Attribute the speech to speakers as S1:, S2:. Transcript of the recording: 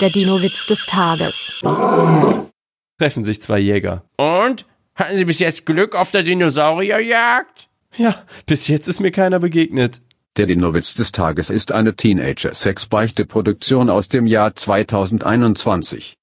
S1: Der Dino-Witz des Tages.
S2: Treffen sich zwei Jäger.
S3: Und? Hatten Sie bis jetzt Glück auf der Dinosaurierjagd?
S2: Ja, bis jetzt ist mir keiner begegnet.
S4: Der Dinowitz des Tages ist eine Teenager-Sex-Beichte-Produktion aus dem Jahr 2021.